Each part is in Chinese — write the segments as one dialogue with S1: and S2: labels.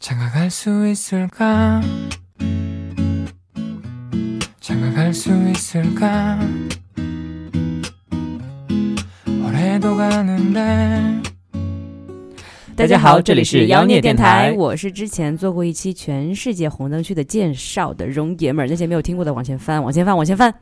S1: 장가갈 수 있을까? 장가갈 수 있을까? 올해도 가는데
S2: 大家好，这里是妖孽电台，
S3: 我是之前做过一期全世界红灯区的介绍的荣爷们儿，那些没有听过的往前翻，往前翻，往前翻。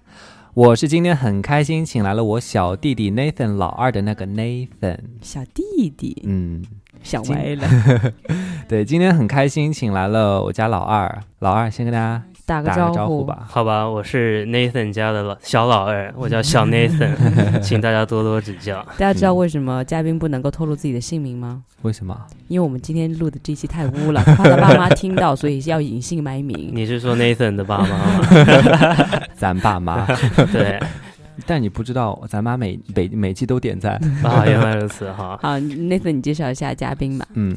S2: 我是今天很开心，请来了我小弟弟 Nathan 老二的那个 Nathan，
S3: 小弟弟
S2: 嗯，
S3: 想
S2: 今
S3: 歪了，
S2: 对，今天很开心，请来了我家老二，老二先跟大家
S3: 打个
S2: 打个招
S3: 呼
S2: 呼。吧。
S4: 好吧，我是 Nathan 家的老小老二，我叫 小 Nathan，请大家多多指教。
S3: 大家知道为什么嘉宾不能够透露自己的姓名吗？
S2: 为什么？
S3: 因为我们今天录的这期太污了，怕他爸妈听到，所以要隐姓埋名。
S4: 你是说 Nathan 的爸妈吗？
S2: 咱爸妈，
S4: 对，
S2: 但你不知道，咱妈每每每期都点赞。
S4: 啊，原来如此哈。
S3: 好，Nathan，你介绍一下嘉宾吧。
S2: 嗯，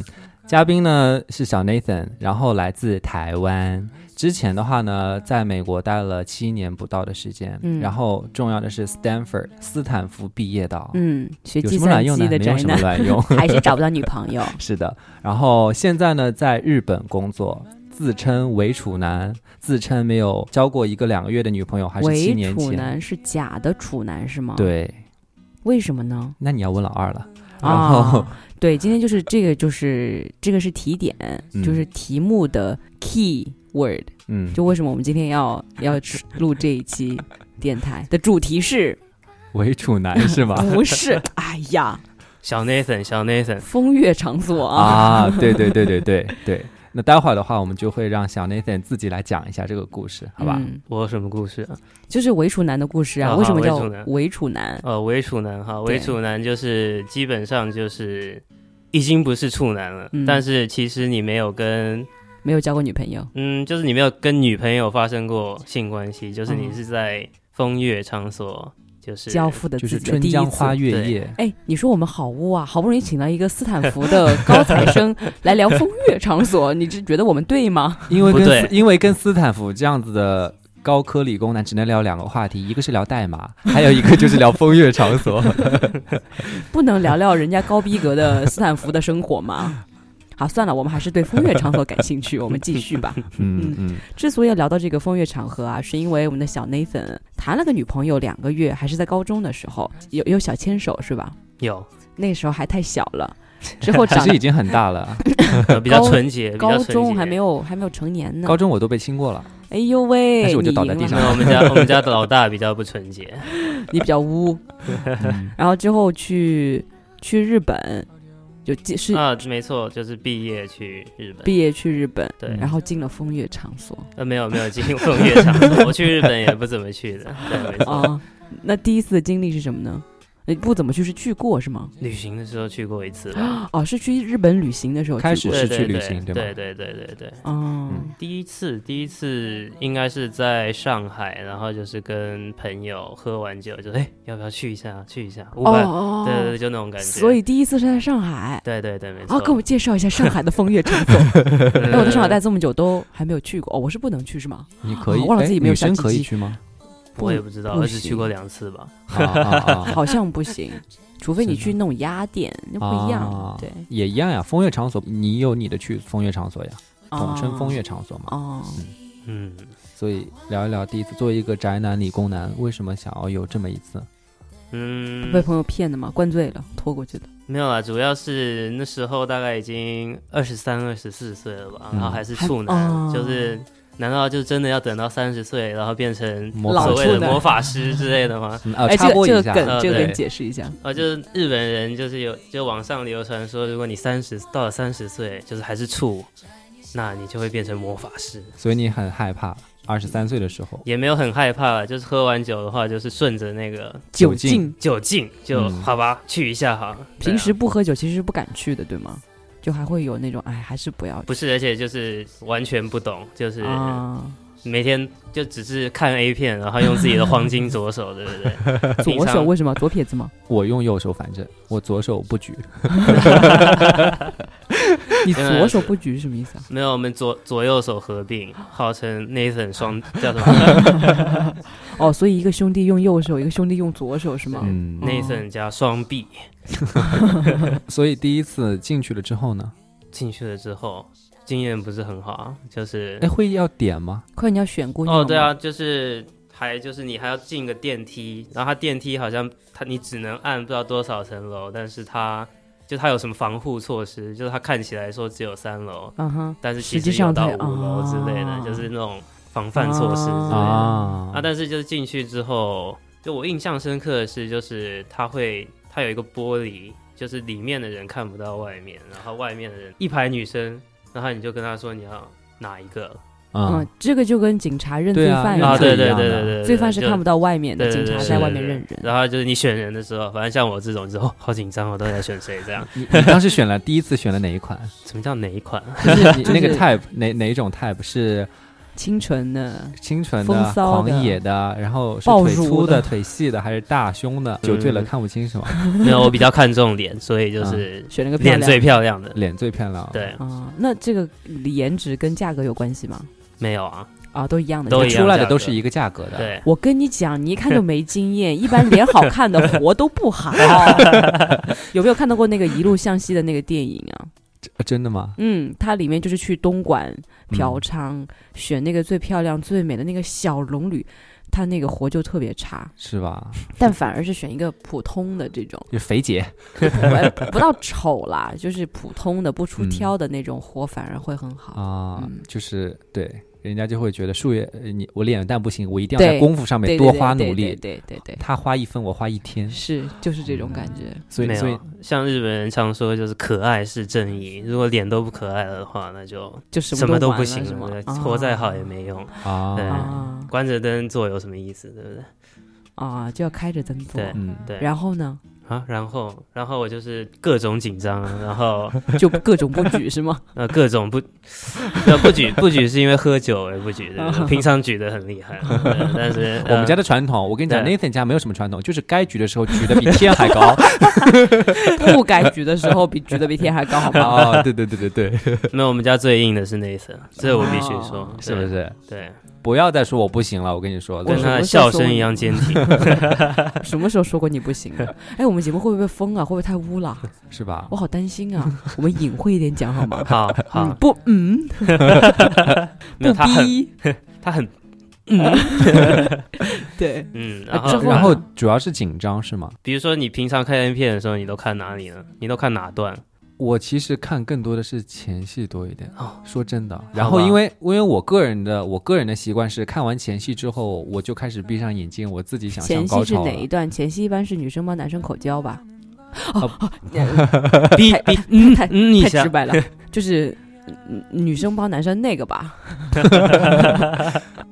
S2: 嘉宾呢是小 Nathan，然后来自台湾。之前的话呢，在美国待了七年不到的时间，
S3: 嗯
S2: 然后重要的是 Stanford 斯坦福毕业的哦，
S3: 嗯，学
S2: 有
S3: 计
S2: 什么卵
S3: 算
S2: 用
S3: 机
S2: 呢？
S3: 的
S2: 没
S3: 宅
S2: 有什么
S3: 男，
S2: 卵用。
S3: 还是找不到女朋友。
S2: 是的，然后现在呢，在日本工作，自称伪处男，自称没有交过一个两个月的女朋友，还是七
S3: 伪
S2: 年
S3: 处
S2: 前。
S3: 男是假的处男是吗？，
S2: 对，
S3: 为什么呢？
S2: 那你要问老二了。然后
S3: 啊，对，今天就是这个，就是这个是题点，
S2: 嗯
S3: 就是题目的 key word，
S2: 嗯，
S3: 就为什么我们今天 要要录这一期电台的主题 是
S2: 伪处男是吗？
S3: 不是？哎呀，
S4: 小 Nathan，小 Nathan，
S3: 风月场所啊，
S2: 啊，对对对对对对。那待会儿的话，我们就会让小 Nathan 自己来讲一下这个故事，好吧？
S3: 嗯
S4: 我有什么故事啊？
S3: 就是伪处男的故事啊，
S4: 啊
S3: 为什么叫
S4: 伪处男
S3: 伪处男？
S4: 呃，伪处男哈，
S3: 对
S4: 伪处男就是基本上就是已经不是处男了，
S3: 嗯
S4: 但是其实你没有跟
S3: 没有交过女朋友，
S4: 嗯，就是你没有跟女朋友发生过性关系，就是
S3: 嗯
S4: 你是在风月场所，就是
S3: 交付的
S2: 就
S3: 自
S2: 是
S3: 己的
S2: 春
S3: 第一
S2: 江花
S3: 次。
S2: 月
S4: 对
S2: 夜，
S3: 哎，你说我们好污啊！好不容易请到一个斯坦福的高材 生来聊风月场所，你这觉得我们对吗？
S2: 因为
S4: 不
S2: 跟
S4: 对
S2: 斯因为跟斯坦福这样子的高科理工男只能聊两个话题，一个是聊 代码，还有一个就是聊风月场所。
S3: 不能聊聊人家高逼格的斯坦福的生活吗？好，算了，我们还是对风月场所感兴趣，我们继续吧。
S2: 嗯嗯。
S3: 之所以聊到这个风月场合啊，是因为我们的小 Nathan 谈了个女朋友两个月，还是在高中的时候，有有小牵手是吧？
S4: 有、
S3: 那时候还太小了，之后
S2: 其
S3: 长
S2: 实
S3: 大
S2: 已经很大了，
S3: 嗯
S4: 呃比较
S3: 高
S4: 纯洁，比较
S3: 高
S4: 纯洁。
S3: 中还没有还没有成年呢
S2: 高。中我都被亲过了。
S3: 哎呦喂，
S2: 但
S3: 你
S2: 是我就倒在
S3: 赢
S2: 地
S3: 了
S2: 上
S4: 那我们 家我们家的老大比较不纯洁，
S3: 你比较污。
S2: 嗯
S3: 然后之后去去日本，就进是
S4: 啊，没错，就是毕业去日本。
S3: 毕业去日本，
S4: 对，
S3: 然后进了风月场所
S4: 呃，没有没有进风月 场所，我去日本也不怎么去的。对，没错，
S3: 啊。那第一次的经历是什么呢？你不怎么去，是去过是吗？
S4: 旅行的时候去过一次吧。
S3: 哦，是去日本旅行的时候去
S2: 开始
S3: 过
S2: 是
S4: 对
S2: 去
S4: 对
S2: 旅
S4: 对
S2: 行对
S4: 对
S2: 吗
S4: 对对对对对。
S3: 哦，
S2: 嗯
S4: 第一次，第一次应该是在上海，然后就是跟朋友喝完酒，就哎、要不要去一下，去一下，五
S3: 哦
S4: 百、
S3: 哦，
S4: 对对对，就那种感觉。
S3: 所以第一次是在上海。
S4: 对对对，没错。
S3: 啊，给我介绍一下上海的风月场所。因为我在上海待
S4: 带，
S3: 这么久，都还没有去过。哦，我是不能去是吗？
S2: 你可以，
S3: 啊忘了自己
S2: 哎
S3: 没有
S2: 女
S3: 小
S2: 生
S3: 鸡
S2: 可以
S3: 鸡
S2: 去吗？
S4: 我也不知道，
S3: 不
S4: 我只去
S3: 行
S4: 过两次吧。
S2: 啊啊啊！
S3: 好像不行，除非你
S2: 是吗
S3: 去那种鸭店，那不一
S2: 啊
S3: 样。对，
S2: 也一样呀，风月场所你有你的去风月场所呀，哦统称风月场所嘛。
S3: 哦。哦，
S4: 嗯，
S2: 所以聊一聊第一次，作为一个宅男理工男，为什么想要有这么一次？
S4: 嗯，
S3: 被朋友骗的嘛，灌醉了，拖过去的。
S4: 没有啦，主要是那时候大概已经二十三、二十四岁了吧，
S2: 嗯
S4: 然后还是
S3: 还
S4: 处
S3: 哦
S4: 男，就是难道就真的要等到三十岁，然后变成
S2: 魔
S3: 老
S2: 法？
S4: 所
S3: 处
S4: 谓的
S3: 男
S4: 魔法师之类的吗
S2: 嗯啊，
S3: 哎，这
S2: 插
S3: 个
S2: 播
S3: 这
S2: 一
S3: 个
S2: 下，呃
S3: 梗，这个
S2: 对
S3: 梗解释一下。
S4: 啊，就是日本人就是有就网上流传说，如果你三十到了三十岁，就是还是处，那你就会变成魔法师。
S2: 所以你很害怕，二十三岁的时候，
S4: 也没有很害怕啦，就是喝完酒的话，就是顺着那个
S2: 酒
S3: 酒
S2: 劲
S3: 劲，
S4: 酒劲就、
S2: 嗯
S4: 好吧，去一下哈。对啊
S3: 平时不喝酒其实是不敢去的，对吗？就还会有那种，哎，还是不要
S4: 不是，而且就是完全不懂，就是、
S3: 啊，
S4: 每天就只是看 A 片，然后用自己的黄金左手，对不 对？ 平
S3: 左手
S4: 常
S3: 为什么左撇子 吗？
S2: 我用右手，反正我左手不举。
S3: 你
S4: 原来
S3: 左手
S4: 是
S3: 不举是什么意思啊？
S4: 没有，我们左左右手合并，号称 Nathan 双叫什么
S3: 哦，所以一个兄弟用右手，一个兄弟用左手是吗？
S2: 嗯，
S3: 嗯
S4: Nathan 加双臂。
S2: 所以第一次进去了之后呢，
S4: 进去了之后，经验不是很好啊，就是
S2: 哎，会要点吗？
S3: 快，你要选姑娘
S4: 哦，对啊，
S3: 吗，
S4: 就是还就是你还要进个电梯，然后它电梯好像它你只能按不知道多少层楼，但是它就它有什么防护措施，就是它看起来说只有三楼，
S3: 嗯哼，
S4: 但是其
S3: 实际
S4: 实有
S3: 上
S4: 到
S3: 它
S4: 五楼之类的，
S3: 啊
S4: 就是那种防范措施之类的
S2: 啊
S4: 哦啊，但是就是进去之后，就我印象深刻的是，就是它会它有一个玻璃，就是里面的人看不到外面，然后外面的人一排女生，然后你就跟她说你要哪一个
S2: 嗯
S3: 嗯，，这个就跟警察认
S2: 对
S3: 罪
S2: 啊
S3: 犯
S2: 认
S3: 一样
S4: 啊？
S2: 罪
S4: 对
S2: 犯
S4: 对
S2: 一样
S4: 对
S2: 的
S4: 对对，
S3: 罪犯是看不
S4: 到。
S3: 到外面
S4: 对
S3: 的，
S4: 对
S3: 警
S4: 对
S3: 察
S4: 对
S3: 在
S4: 对
S3: 外面
S4: 对
S3: 认人。
S4: 然后就是你选人的时候，反正像我这种就哦好紧张哦，到底要选谁这样？
S2: 你你当时选了第一次选了哪一款？
S4: 什么叫哪一款？啊
S2: 就是你
S3: 就是
S2: 那个 type 哪哪一种 type 是
S3: 清纯的，
S2: 清纯
S3: 风
S2: 的、
S3: 骚的
S2: 狂野的，然后是
S3: 暴
S2: 腿
S3: 乳
S2: 粗
S3: 的
S2: 的、腿细的，还是大胸的？酒醉了看不清是吗？
S4: 没有，我比较看重脸，所以就是
S3: 选了个嗯漂
S4: 脸最
S3: 亮。
S4: 漂亮的。
S2: 脸最漂亮。，
S4: 对，
S3: 啊，那这个颜值跟价格有关系吗？
S4: 没有啊，
S3: 啊，都一样的。
S4: 都一样
S2: 出来的
S4: 价
S2: 都
S4: 格
S2: 是一个价格的。
S4: 对，
S3: 我跟你讲，你一看就没经 验，一般脸好看的活都不好。有没有看到过那个《一路向西》的那个电影啊？
S2: 呃真的吗？
S3: 嗯，它里面就是去东莞、嫖娼，
S2: 嗯
S3: 选那个最漂亮、最美的那个小龙女，她那个活就特别差，
S2: 是吧？
S3: 但反而是选一个普通的这 种，
S2: 就肥姐，
S3: 哎不到丑啦，就是普通的、不出挑的那种活，反而会很好。
S2: 嗯啊、
S3: 嗯
S2: 就是对，人家就会觉得术业呃你我脸蛋不行，我一定要在
S3: 对
S2: 功夫上
S3: 对
S2: 面
S3: 对
S2: 多
S3: 对
S2: 花
S3: 对
S2: 努
S3: 对
S2: 力。
S3: 对对对，
S2: 他花一分，我花一天，
S3: 是就是这种感觉。
S2: 所以
S4: 没
S2: 所以嗯
S4: 有。像日本人常说，就是可爱是正义，如果脸都不可爱了的话，那就
S3: 就
S4: 什
S3: 么
S4: 么都
S3: 完
S4: 不
S3: 了
S4: 行
S3: 是吗
S4: 了，
S3: 啊
S4: 活再好也没用，对
S2: 啊，
S3: 啊
S4: 关着灯做有什么意思，对不对？
S3: 啊，就要开着灯做。
S4: 对
S2: 嗯，
S4: 对
S3: 然后呢，
S4: 啊，然后然后我就是各种紧张 啊，然后
S3: 就各种不举是吗？
S4: 呃各种不，呃不 举不举是因为喝酒而不举，对不对平常举的很厉害，对 但是
S2: 啊
S4: 呃
S2: 我们家
S4: 的
S2: 的传统，我跟你讲
S4: 对
S2: ，Nathan 家没有什么传统，就是该举的时候举的比天还高。
S3: 不该举的时候比举的比天还高，好吗？
S2: 啊，对对对对对，
S4: 没有我们家最硬的是 Nathan，这我必须说
S3: 哦，
S2: 是不
S4: 对？
S2: 是？
S4: 对，
S2: 不要再说我不行了，我跟你说，
S4: 跟
S3: 什
S4: 他
S3: 么
S4: 的
S3: 时候
S4: 笑
S3: 说
S4: 声一
S3: 你
S4: 样坚 挺，
S3: 什么时候说过你不行啊？ 哎，我们节目会不会疯啊？会不会太污了？
S2: 是吧
S3: 我？好担心啊！我们隐晦一点讲好吗？
S4: 好
S3: 嗯，
S4: 好，
S3: 不，嗯，
S4: 没
S3: 不
S4: 有他很
S3: 逼，嗯
S4: 他很
S3: 对，
S4: 嗯，
S3: 啊
S4: 然
S3: 之
S4: 后
S2: 然
S3: 然
S2: 后
S3: 后
S2: 主哎要是紧张是吗？
S4: 比如说你平常看 A 片的时候，你都看 哪里呢？你都看哪段？
S2: 我其实看更多的是前戏多一点，
S4: 哦
S2: 说真的。然后因为因为我个人的我个人的习惯是看完前戏之后，我就开始闭上眼睛，我自己想象
S3: 前
S2: 高
S3: 戏是
S2: 潮
S3: 哪
S2: 了。
S3: 一段？前戏一般是女生帮男生口交吧？
S4: 哦
S3: 哦
S4: 哔
S3: 太
S4: 哔，嗯
S3: 太
S4: 嗯一
S3: 太
S4: 下
S3: 直， 白了，就是嗯女生帮男生那个吧，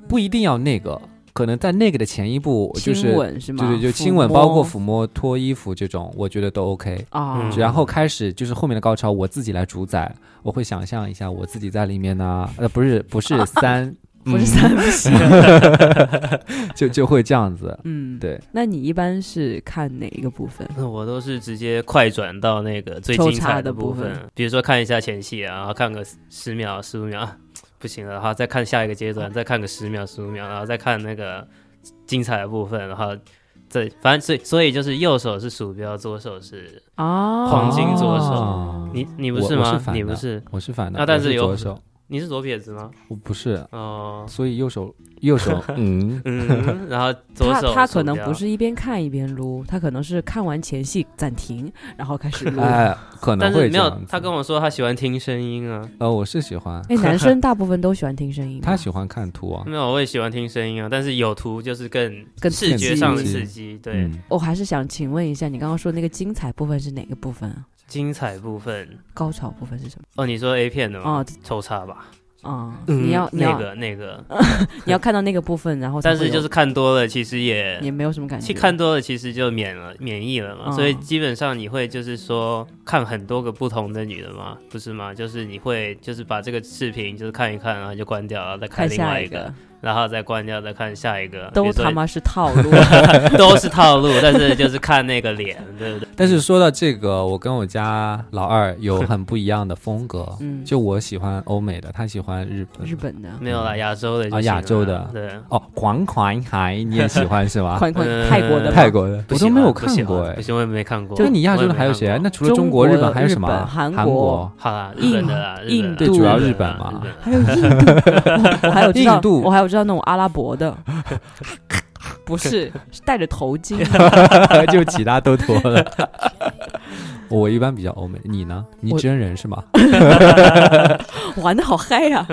S2: 不一定要那个，可能在那个的前一步就是
S3: 亲吻是吗？
S2: 对对，就亲吻，包括抚摸、脱衣服这种，我觉得都 OK。
S3: 啊，
S4: 嗯
S2: 然后开始就是后面的高潮，我自己来主宰，我会想象一下我自己在里面呢，呃，不是不是三，
S3: 哦 不是
S2: 嗯
S3: 三不行。
S2: 就就会这样子。
S3: 嗯，
S2: 对，
S3: 那你一般是看哪一个部分？
S4: 那我都是直接快转到那个最精彩部
S3: 抽插的部
S4: 分，比如说看一下前戏啊，然后看个十秒、十五秒， 啊不行了，然后再看下一个 阶段，再看个十秒、十五秒，然后再看那个精彩的部分，然后再反正所以所以就是右手是鼠标，左手是
S3: 啊，
S4: 黄金左手
S2: 哦
S4: 你你不
S2: 我
S4: 是
S2: 我是
S4: 吗？
S2: 反
S4: 你
S2: 的
S4: 不是
S2: 我是反的，
S4: 那但
S2: 我
S4: 是有
S2: 左手，
S4: 你是左撇子吗？
S2: 我不是，
S4: 哦、
S2: 所以右手右手， 嗯，
S4: 嗯，然后左
S3: 他
S4: 手
S3: 他可能
S4: 鼠标
S3: 不是一边看一边撸，他可能是看完前戏暂停，然后开 始撸。哎，
S2: 哎，可能
S4: 但
S2: 会
S4: 是没
S2: 这
S4: 有
S2: 样子。，
S4: 他跟我说他喜欢听声音啊，
S2: 呃，我是喜欢，
S3: 哎 男生大部分都喜欢听声音吧，
S2: 他喜欢看图啊。
S4: 没有，我也喜欢听声音啊，但是有图就是更
S3: 更
S4: 视觉上的
S2: 刺
S4: 刺
S2: 激
S4: 激，对，
S2: 嗯，
S3: 我还是想请问一下，你刚刚说那个精彩部分是哪个部分啊？
S4: 精彩部分。
S3: 高潮部分是什么？
S4: 哦，你说 A 片的吗？
S3: 哦
S4: 抽插吧，嗯
S3: 啊、
S2: 嗯
S3: 你要呃你
S4: 那
S3: 要、
S4: 个那个，
S3: 你要看到那个部分，然后才
S4: 但
S3: 会
S4: 是就
S3: 有
S4: 是看多了，其实也
S3: 也没有什么感觉。
S4: 其看多了，其实就免了免疫了嘛。
S3: 嗯
S4: 所以基本上你会就是说看很多个不同的女的嘛，不是吗？就是你会就是把这个视频就是看一看，然后就关掉，然后再
S3: 看
S4: 另
S3: 下
S4: 外
S3: 一
S4: 个，
S3: 个，
S4: 然后再关掉，再看下一个，比
S3: 都
S4: 如说
S3: 他妈是套路。，
S4: 都是套路，但是就是看那个脸，对不对？
S2: 但是说到这个，我跟我家老二有很不一样的风格
S3: 嗯，
S2: 就我喜欢欧美的，他喜欢日本的。
S3: 日本的
S4: 没有啦，亚洲的就
S2: 啊
S4: 行
S2: 亚洲
S4: 了
S2: 的
S4: 对。
S2: 哦，黄款海你也喜 欢是吧？
S3: 款款
S4: 呃
S3: 泰国的吧
S2: 泰国的
S4: 不
S2: 我
S4: 喜
S2: 都没
S4: 欢
S2: 有
S4: 不喜
S2: 看过
S4: 欢
S2: 哎
S4: 不。行，我也没看过。
S2: 那你亚洲的还有
S4: 我
S2: 谁
S4: 也
S2: 啊？那
S4: 没看过
S2: 除了
S3: 中
S2: 中国、
S3: 国
S2: 日本还有什
S3: 日本
S2: 么？啊
S3: 韩国
S2: 韩国
S4: 好啦，日
S3: 印
S4: 本的啦，日
S3: 印
S4: 本的
S3: 对
S4: 日
S3: 主要
S4: 本
S2: 日
S4: 的
S2: 本
S4: 啦
S2: 嘛
S4: 日本的
S3: 还有印度，我还有知道我还有知
S2: 印度
S3: 道那种阿拉伯 的，不是是戴着头巾 的。
S2: 就其他都多了。我一般比较欧美，你呢？你
S3: 我
S2: 真人是 吗？
S3: 玩的好嗨呀、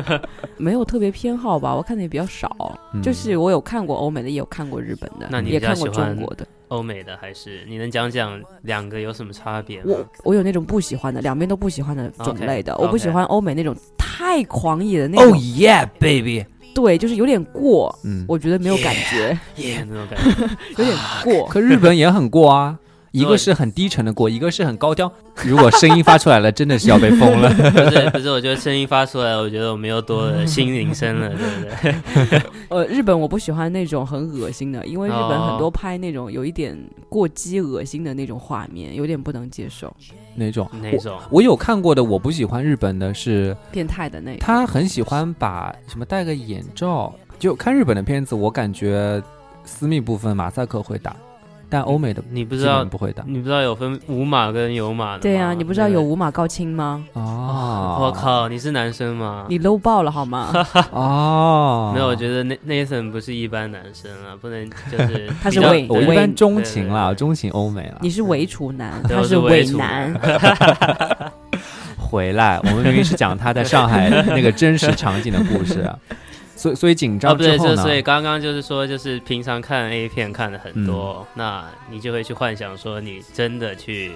S3: 没有特别偏好吧，我看的也比较少，
S2: 嗯
S3: 就是我有看过欧美的，也有看过日本的，
S4: 那你
S3: 也
S4: 比较
S3: 看过
S4: 喜欢
S3: 中国的。
S4: 欧美的还是你能讲讲两个有什么差别吗
S3: 我？我有那种不喜欢的，两边都不喜欢的种类的
S4: OK，OK
S3: 我不喜欢欧美那种太狂野的
S4: 哦
S3: 那种
S2: Oh yeah, baby。
S3: 对，就是有点过，
S2: 嗯，
S3: 我觉得没有感觉
S4: 耶，啊那种感觉。
S3: 有点过。
S2: 可日本也很过 啊，一
S4: 对
S2: 个是很低沉的过，一个是很高调。如果声音发出来了，真的是要被封了。
S4: 不是不是，我觉得声音发出来，我觉得我们又多了心灵声了，对不对？
S3: 呃，日本我不喜欢那种很恶心的，因为日本很
S4: 哦
S3: 多拍那种有一点过激恶心的那种画面，有点不能接受，
S2: 哪种？
S4: 那种
S2: 我有看过的，我不喜欢日本的是，
S3: 变态的那种。
S2: 他很喜欢把什么戴个眼罩，就看日本的片子，我感觉私密部分马赛克会打，但欧美的
S4: 你不
S2: 不
S4: 知道，
S2: 不会打
S4: 你不知道有分无码跟有码的吗？
S3: 对呀、你不知道
S4: 对
S3: 有
S4: 对
S3: 无码高清吗？
S2: 哦，
S4: 我靠，你是男生吗？
S3: 你 low 爆了好吗？
S2: 哦，
S4: 没有，我觉得那 Nathan 不是一般男生啊，不能 就是
S3: 他是
S4: 比较
S3: 伪
S2: 我
S4: 对
S2: 一
S3: 伪
S2: 般钟情
S4: 对
S2: 啦，
S4: 对对
S2: 钟情欧美啦。
S3: 你是伪处男，
S4: 对
S3: 他
S4: 我
S3: 是
S4: 伪
S3: 伪
S4: 处哦
S3: 男。
S2: 回来，我们明明是讲他在上海那个真实场景的故 事，啊所以所以紧
S4: 啊，
S2: 张
S4: 不
S2: 之
S4: 对，
S2: 后
S4: 就
S2: 呢
S4: 所，以刚刚就是说，就是平常看 A 片看的很
S2: 嗯
S4: 多，那你就会去幻想说，你真的去，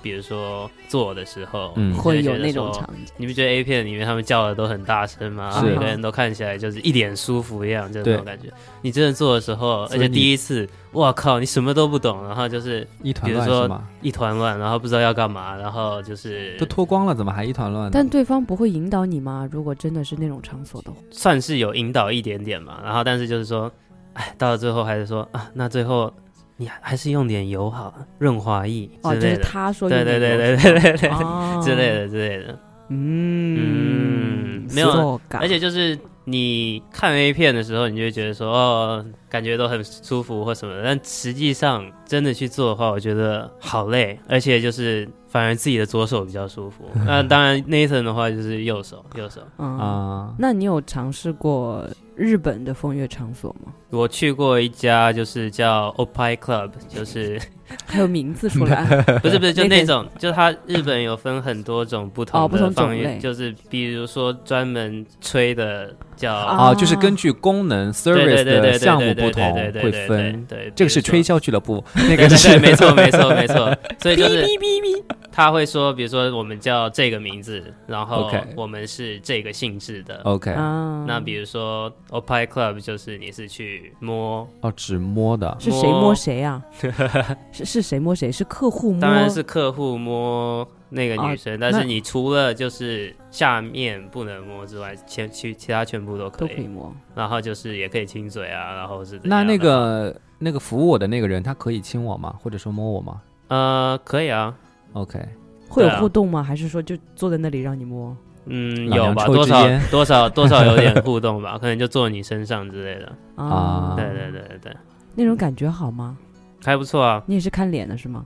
S4: 比如说做的时候，
S2: 嗯
S4: 你就
S3: 会
S4: 觉
S3: 有
S4: 得
S3: 那种
S4: 说
S3: 场景。
S4: 你不觉得 A 片里面他们叫的都很大声吗？
S2: 是
S4: 每个人都看起来就是一脸舒服一样，就是
S2: 对
S4: 那种感觉。你真的做的时候，而
S2: 所以
S4: 且
S2: 你
S4: 第一次，哇靠，你什么都不懂，然后就是
S2: 一团
S4: 比如
S2: 乱
S4: 说
S2: 是吗？
S4: 一团乱，然后不知道要干嘛，然后就是
S2: 都脱光了，怎么还一团乱呢？
S3: 但对方不会引导你吗？如果真的是那种场所的话，
S4: 算是有引导一点点嘛。然后但是就是说，哎，到了最后还是说啊，那最后你还还是用点油好，润滑液
S3: 哦，
S4: 之
S3: 就是
S4: 类的，
S3: 他说
S4: 对对对对
S3: 对
S4: 对对对
S3: 哦
S4: 之类，的之类的。
S3: 嗯
S4: 嗯没有
S3: 做感
S4: 而且就是你看 A 片的时候，你就会觉得说哦，感觉都很舒服或什么的，但实际上真的去做的话，我觉得好累，而且就是反而自己的左手比较舒 服。那当然，Nathan 的话就是右手，右手。
S3: 啊，
S2: 啊，
S3: 那你有尝试过日本的风月场所吗？
S4: 我去过一家就是叫 Opai Club，就是
S3: 还有名字出来，
S4: 不是不是就
S3: 那
S4: 那
S3: 天
S4: 种，就它日本有分很多种不
S3: 哦
S4: 同
S3: 不
S4: 的
S3: 同种
S4: 方言，
S3: 类
S4: 就是比如说专门吹的叫。
S3: 啊
S2: 啊，就是根据功能
S4: 对对
S2: service
S4: 对
S2: 的
S4: 对对
S2: 项目
S4: 对
S2: 不
S4: 对
S2: 同
S4: 对对
S2: 会
S4: 对
S2: 分。
S4: 对，对
S2: 这个是吹。
S4: 比如说
S2: 箫俱乐部，那
S4: 对
S2: 个
S4: 对对，
S2: 是
S4: 没错没错没错，所
S3: 哔
S4: 以就是
S3: 哔哔哔，
S4: 他会说，比如说我们叫这个名字，然后
S2: OK 哦
S4: 我们是这个性质的。
S2: OK
S3: 啊
S4: 哎那比如说 Opai Club 就是你是去摸，
S2: 哦，只摸的
S3: 是谁摸谁啊？是是谁摸谁？是客户摸？
S4: 当然是客户摸那个女生，但
S2: 那
S4: 是你除了就是下面不能摸之外，全其其他全部都可
S3: 都
S4: 以。
S3: 可以摸。
S4: 然后就是也可以亲嘴啊，然后是怎
S2: 那
S4: 样的
S2: 那个那个服务我的那个人，他可以亲我吗？或者说摸我吗
S4: 呃可以啊，
S2: ？OK，
S3: 会
S4: 对
S3: 有
S4: 啊
S3: 互动吗？还是说就坐在那里让你摸？
S4: 嗯
S2: 老
S4: 有
S2: 娘
S4: 吧，
S2: 抽
S4: 多
S2: 支
S4: 少
S2: 烟
S4: 多少多少有点互动吧，可能就坐你身上之类的。
S2: 啊
S4: 对对对对对，
S3: 那种感觉好吗？
S4: 还不错啊，
S3: 你也是看脸的是 吗？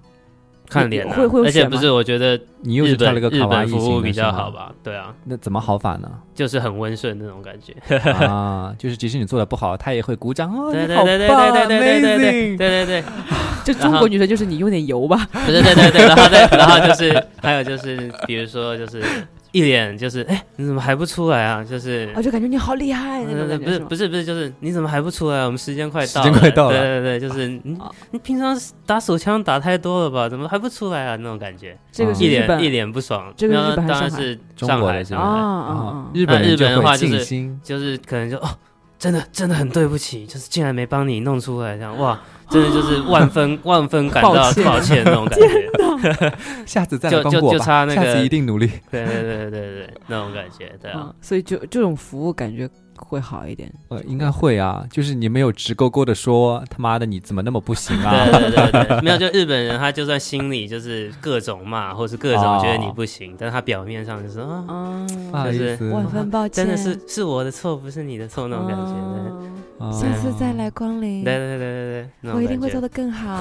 S4: 看脸啊
S3: 会会有
S4: 而且
S3: 选
S4: 不
S3: 吗
S4: 是，我觉得
S2: 你又
S4: 日
S2: 是挑
S4: 本
S2: 了个
S4: 日
S2: 卡哇伊
S4: 本
S2: 型
S4: 服务
S2: 的
S4: 比较
S2: 是吗
S4: 好？吧？对啊，
S2: 那怎么好法呢？
S4: 就是很温顺那种感觉。
S2: 啊，就是即使你做的不好，他也会鼓掌哦，
S4: 对
S2: 你
S4: 对
S2: 好
S4: 对对
S2: 棒
S4: 对对对对对对
S2: amazing
S4: 对对，
S3: 就中
S4: 然后
S3: 国女生就是你用点油 吧，
S4: 不是对对对，然后对，然后就是还有就是，比如说就是一脸就是，哎，你怎么还不出来啊？就是
S3: 我就感觉你好厉害啊那种感
S4: 对对呃不
S3: 觉
S4: 是
S3: 是吗
S4: 不？是不是，就是你怎么还不出来？我们时间快
S2: 时
S4: 到了，
S2: 间快到了
S4: 对对对，就是你
S3: 哦
S4: 你平常打手枪打太多了吧？怎么还不出来啊？那种感觉，
S3: 这个
S2: 啊
S3: 是
S4: 一
S3: 日
S4: 脸一
S3: 本
S4: 脸不爽。
S3: 哦这个是日
S4: 那
S3: 本还是
S4: 当然
S3: 上海
S4: 是
S2: 中
S4: 上
S2: 国
S4: 海
S2: 的
S4: 上
S2: 啊
S4: 海，
S3: 啊
S2: 日
S4: 那
S2: 本
S4: 日
S2: 人
S4: 本的
S2: 就
S4: 话
S2: 会
S4: 就
S2: 尽
S4: 是
S2: 心，
S4: 就是可能就哦，真的真的很对不起，就是竟然没帮你弄出来，这样哇，真的就是万分万分感到
S3: 抱歉
S4: 抱歉那种感觉。
S2: 下次再
S4: 就
S2: 来帮
S4: 就
S2: 我
S4: 就
S2: 吧
S4: 差那
S2: 下
S4: 个
S2: 次一定努力。
S4: 对对对对对，那种感觉，对啊
S3: 啊，，所以就这种服务感觉会好一点。
S2: 呃，应该会
S4: 嗯
S2: 啊，就是你没有直勾勾的说他妈的你怎么那么不
S3: 嗯
S2: 行啊？
S4: 对对对对，没有，就日本人他就算心里就是各种骂，或是各种觉得你不
S3: 哦
S4: 行，但他表面上就是啊，
S3: 啊，
S2: 不好意思，啊
S3: 万分抱歉，
S4: 真的是是我的错，不是你的错那种感觉。
S3: 啊
S2: 啊
S3: 下次再来光临，
S4: 对对对对对，
S3: 嗯我一定会做
S4: 的。
S3: 得更好。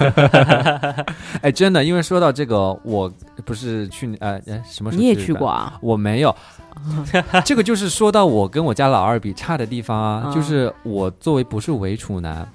S2: 哎，真的，因为说到这个，我不是去年呃呃什么时候
S3: 你也
S2: 日
S3: 去
S2: 本
S3: 过？啊？
S2: 我 没有，这个就是说到我跟我家老二比差的地方啊，
S3: 嗯
S2: 就是我作为不是伪处男，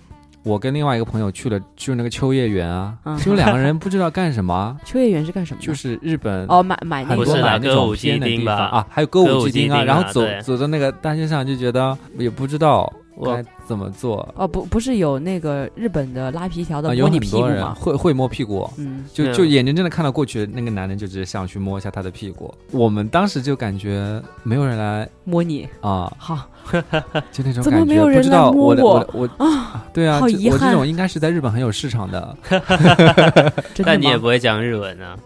S2: 我跟另外一个朋友去了去那个秋叶原啊，
S3: 嗯
S2: 就两个人不知道干 什么，啊
S3: 秋叶原是干什么的？
S2: 就是日本
S3: 哦，买买那
S2: 很
S3: 个
S4: 不
S2: 多
S4: 是啦
S2: 买那
S4: 歌
S2: 种
S4: 舞伎
S2: 偏的地
S4: 町
S2: 方
S4: 吧
S2: 啊，还有歌
S4: 歌
S2: 舞
S4: 舞
S2: 伎
S4: 伎
S2: 町啊，
S4: 町
S2: 然
S4: 啊
S2: 后走
S4: 对
S2: 走到那个大街上就觉得也不知道
S4: 我
S2: 该怎么做，
S3: 哦，不不是有那个日本的拉皮条
S2: 啊，
S3: 的
S2: 有
S3: 摸
S2: 很
S3: 你屁股
S2: 多人
S3: 吗？
S2: 会会摸屁股，
S3: 嗯，
S2: 就
S4: 对
S2: 就眼睁睁的看到过去，那个男人就直接想去摸一下他的屁股。我们当时就感觉没有人来
S3: 摸你，
S2: 啊、
S3: 好，
S2: 就那种
S3: 怎么
S2: 感
S3: 没有
S2: 觉，
S3: 人
S2: 不知
S3: 来
S2: 道
S3: 摸
S2: 我的
S3: 我
S2: 我的我啊，对啊，
S3: 好
S2: 这
S3: 遗
S2: 我这
S3: 憾
S2: 种应该是在日本很有市场的，
S3: 真的
S4: 但你也
S3: 吗？
S4: 不会讲日文啊，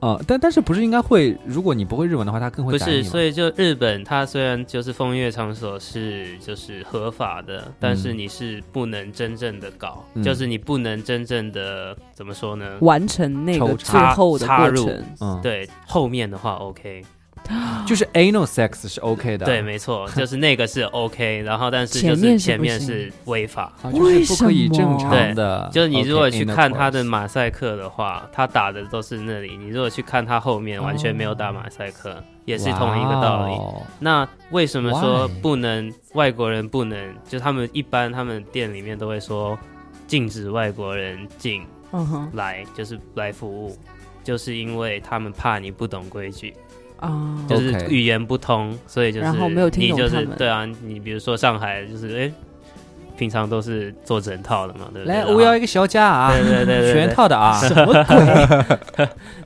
S2: 啊，但但是不是应该会？如果你不会日文的话，他更会
S4: 不
S2: 宰
S4: 是，
S2: 你
S3: 嗯
S2: 吗
S4: 所以就日本，它虽然就是风月场所是就是合法的，但是你是不能真正的搞，
S2: 嗯
S4: 就是你不能真正的怎么说呢？
S3: 完成那个
S2: 抽
S3: 最
S4: 插
S3: 后的
S4: 插
S3: 过
S4: 入
S3: 程，
S2: 嗯，
S4: 对，后面的话 OK，
S2: 就是 anal sex 是 OK 的，
S4: 对，没错，就是那个是 OK，然后但是就
S3: 前面是
S4: 是前
S3: 不
S4: 面
S3: 行
S4: 是违法，
S2: 啊，就是不可以
S3: 为什么
S2: 正常的，
S4: 就是你如果去看他的
S2: OK，anal
S4: 马赛克的话，他打的都是那里；你如果去看他后面，完全没有打马赛克， 也是同一个道理。
S2: 哇哦
S4: 那为什么说
S2: Why？
S4: 不能外国人不能？就他们一般他们店里面都会说禁止外国人进
S3: 嗯哼
S4: 来，就是来服务，就是因为他们怕你不懂规矩，
S3: 啊，
S4: 就是
S2: OK
S4: 语言不通，所以就是
S3: 然后没有听
S4: 你
S3: 懂
S4: 就
S3: 他
S4: 是
S3: 们
S4: 对啊，你比如说上海就是哎。平常都是做整套的嘛，对不对？
S2: 来，
S4: 然后
S2: 我要一个小架啊，
S4: 对对对对对
S2: 全套的啊，
S3: 什么鬼？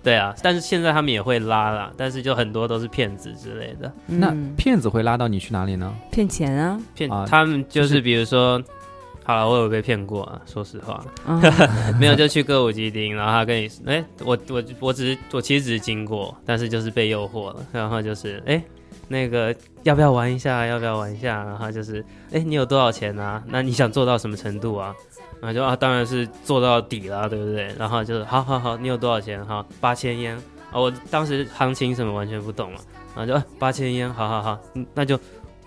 S4: 对啊，但是现在他们也会拉啦，但是就很多都是骗子之类的
S2: 那
S3: 嗯
S2: 骗子会拉到你去哪里呢？
S3: 骗钱啊，
S4: 骗、
S2: 啊
S4: 他们就
S2: 就是
S4: 是比如说，好了，我有被骗过啊，说实 话，
S3: 啊
S4: 没有就去歌舞伎町，然后他跟你，哎、我我我只是我其实只是经过，但是就是被诱惑了，然后就是哎、那个要不要玩一下？要不要玩一下？然后就是哎、你有多少钱啊？那你想做到什么程度啊？然后就啊，当然是做到底啦，对不对？然后就是好好好，你有多少钱？好，八千烟啊！我当时行情什么完全不懂嘛，然后就啊八千烟，好好好，嗯那就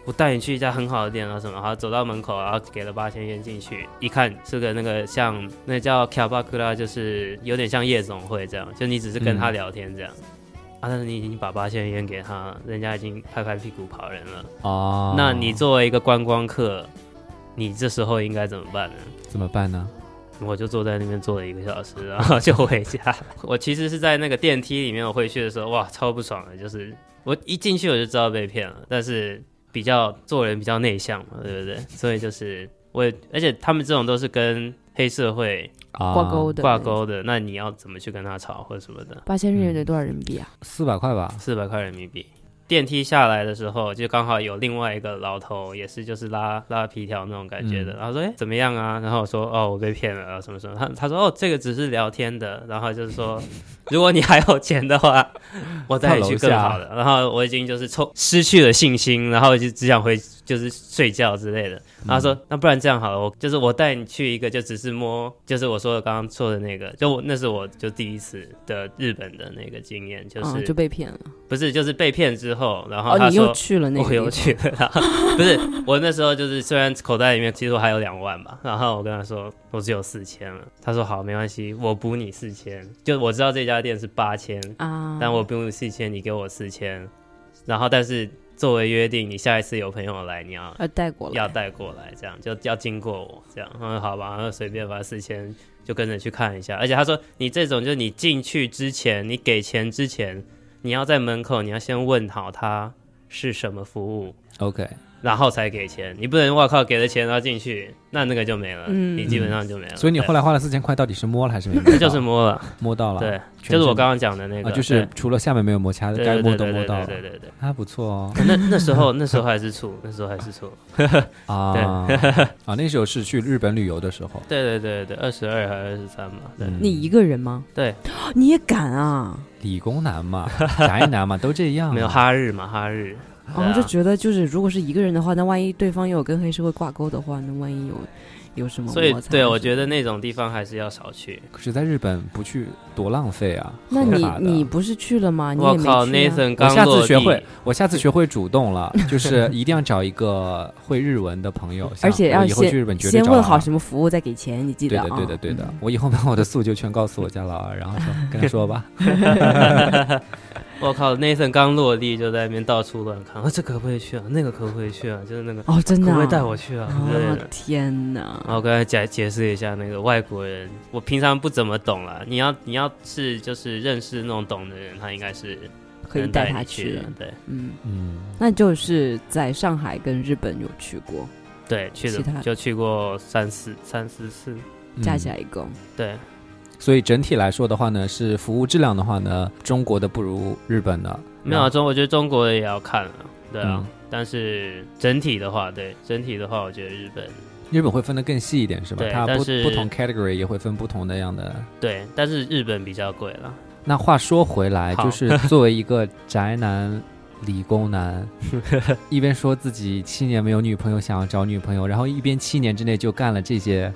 S4: 我带你去一家很好的店啊什么，好走到门口，然后给了八千元进去，一看是个那个像那叫卡巴库拉，就是有点像夜总会这样，就你只是跟他聊天这样。啊！但是你已经把八千元给他了，人家已经拍拍屁股跑人了。
S2: 哦，
S4: 那你作为一个观光客，你这时候应该怎么办呢？
S2: 怎么办呢？
S4: 我就坐在那边坐了一个小时，然后就回家。 我其实是在那个电梯里面，我回去的时候，哇，超不爽的，就是我一进去我就知道被骗了，但是比较做人比较内向嘛，对不对？所以就是我也，而且他们这种都是跟黑社会
S2: 啊，
S3: 挂钩的
S4: 挂钩的，那你要怎么去跟他吵或者什么的？
S3: 八千日元得多少人民币啊？
S2: 四百块吧，
S4: 四百块人民币。电梯下来的时候，就刚好有另外一个老头，也是就是拉拉皮条那种感觉的。
S2: 嗯
S4: 然后说：“哎、怎么样啊？”然后我说：“哦，我被骗了，什么什么。他”他说：“哦，这个只是聊天的。”然后就是说， 如果你还有钱的话，我带你去更好的。然后我已经就是抽失去了信心，然后就只想回就是睡觉之类的。然后他说：“那不然这样好了，我就是我带你去一个，就只是摸，就是我说的刚刚说的那个，就我那是我就第一次的日本的那个经验，就是、
S3: 啊，就被骗了。
S4: 不是，就是被骗之后，然后
S3: 哦，
S4: 他
S3: 你
S4: 说、
S3: 又去了那个
S4: 我
S3: 地
S4: 有
S3: 方
S4: 去了，然后不是我那时候就是虽然口袋里面其实我还有两万吧，然后我跟他说我只有四千了，他说好没关系，我补你四千，就我知道这家店是八千，
S3: 啊？
S4: 但我补你四千，你给我四千，然后但是作为约定，你下一次有朋友来，你要
S3: 要呃带过来
S4: 要带过来，这样就要经过我，这样，嗯，好吧，那随便吧，四千就跟着去看一下。而且他说，你这种就是你进去之前，你给钱之前，你要在门口，你要先问好他是什么服务，
S2: OK，
S4: 然后才给钱。你不能我靠给了钱然后进去，那那个就没了，
S3: 嗯
S4: 你基本上就没了。
S2: 所以你后
S4: 来
S2: 来花了四千块，到底是摸了还是没摸到？
S4: 就是摸了，
S2: 摸到了，
S4: 对，
S2: 全身，
S4: 就是我刚刚讲的那个，
S2: 啊，就是除了下面没有摩擦的，
S4: 对
S2: 该
S4: 对
S2: 摸
S4: 对
S2: 都
S4: 对
S2: 摸
S4: 对
S2: 到
S4: 对
S2: 了，
S4: 对对对。
S2: 还不错哦
S4: 那那时候那时候还是处，那时候还是处，
S2: 啊 啊！那时候是去日本旅游的时候，
S4: 对对对对，二十二还二十三嘛，对
S2: 嗯
S3: 你一个人吗？
S4: 对，
S3: 你也敢啊？
S2: 理工男嘛，宅男嘛，都这样啊，
S3: 嗯
S4: 没有哈日嘛哈日。
S3: 然后就觉得就是如果是一个人的话，那万一对方又有跟黑社会挂钩的话，那万一有有什么
S4: 所以
S3: 摩擦
S4: 对
S3: 什么
S4: 我觉得那种地方还是要少去。
S2: 可是在日本不去多浪费啊！
S3: 那
S2: 合
S3: 你
S2: 法的
S3: 你不是去了吗？你也
S4: 我
S3: 没去、
S4: 靠
S3: 啊。
S4: ，Nathan
S2: 我
S4: 刚
S2: 下
S4: 落
S2: 次
S4: 地
S2: 学会， 我下次学会主动了，就是一定要找一个会日文的朋友，像
S3: 而且
S2: 我
S3: 要
S2: 以后去日
S3: 先
S2: 本绝对
S3: 先
S2: 找
S3: 问
S2: 老
S3: 好
S2: 二
S3: 什么服务再给钱，你记
S2: 对
S3: 得
S2: 的，
S3: 啊。
S2: 对的，对的。我以后把我的诉求全告诉我家老二，然后说跟他说吧。
S4: 我靠，Nathan 刚落地就在那边到处乱看，啊，这可不可以去啊？那个可不可以去啊？就是那个
S3: 哦，真
S4: 可
S3: 的、
S4: 不
S3: 啊。
S4: 可以带我去啊？之类
S3: 哦
S4: 的。
S3: 天哪！
S4: 然后跟他解解释一下，那个外国人，我平常不怎么懂啦。你要你要是就是认识那种懂的人，他应该是
S3: 可以
S4: 能
S3: 带
S4: 带
S3: 他
S4: 你去
S3: 去
S4: 的。对
S3: 嗯，
S2: 嗯，
S3: 那就是在上海跟日本有去过，
S4: 对，去
S3: 其他
S4: 的就去过三四三四次。
S3: 加起来一共。
S4: 对，
S2: 所以整体来说的话呢，是服务质量的话呢，中国的不如日本的。
S4: 没有啊
S2: 然后
S4: 中，我觉得中国也要看啊，对啊。
S2: 嗯
S4: 但是整体的话，对整体的话，我觉得日本
S2: 日本会分得更细一点，是吧？
S4: 对
S2: 它
S4: 但
S2: 不
S4: 是
S2: 不同 category 也会分不同的样的。
S4: 对，但是日本比较贵了。
S2: 那话说回来，
S4: 好
S2: 就是作为一个宅男、理工 男，一边说自己七年没有女朋友，想要找女朋友，然后一边七年之内就干了这些，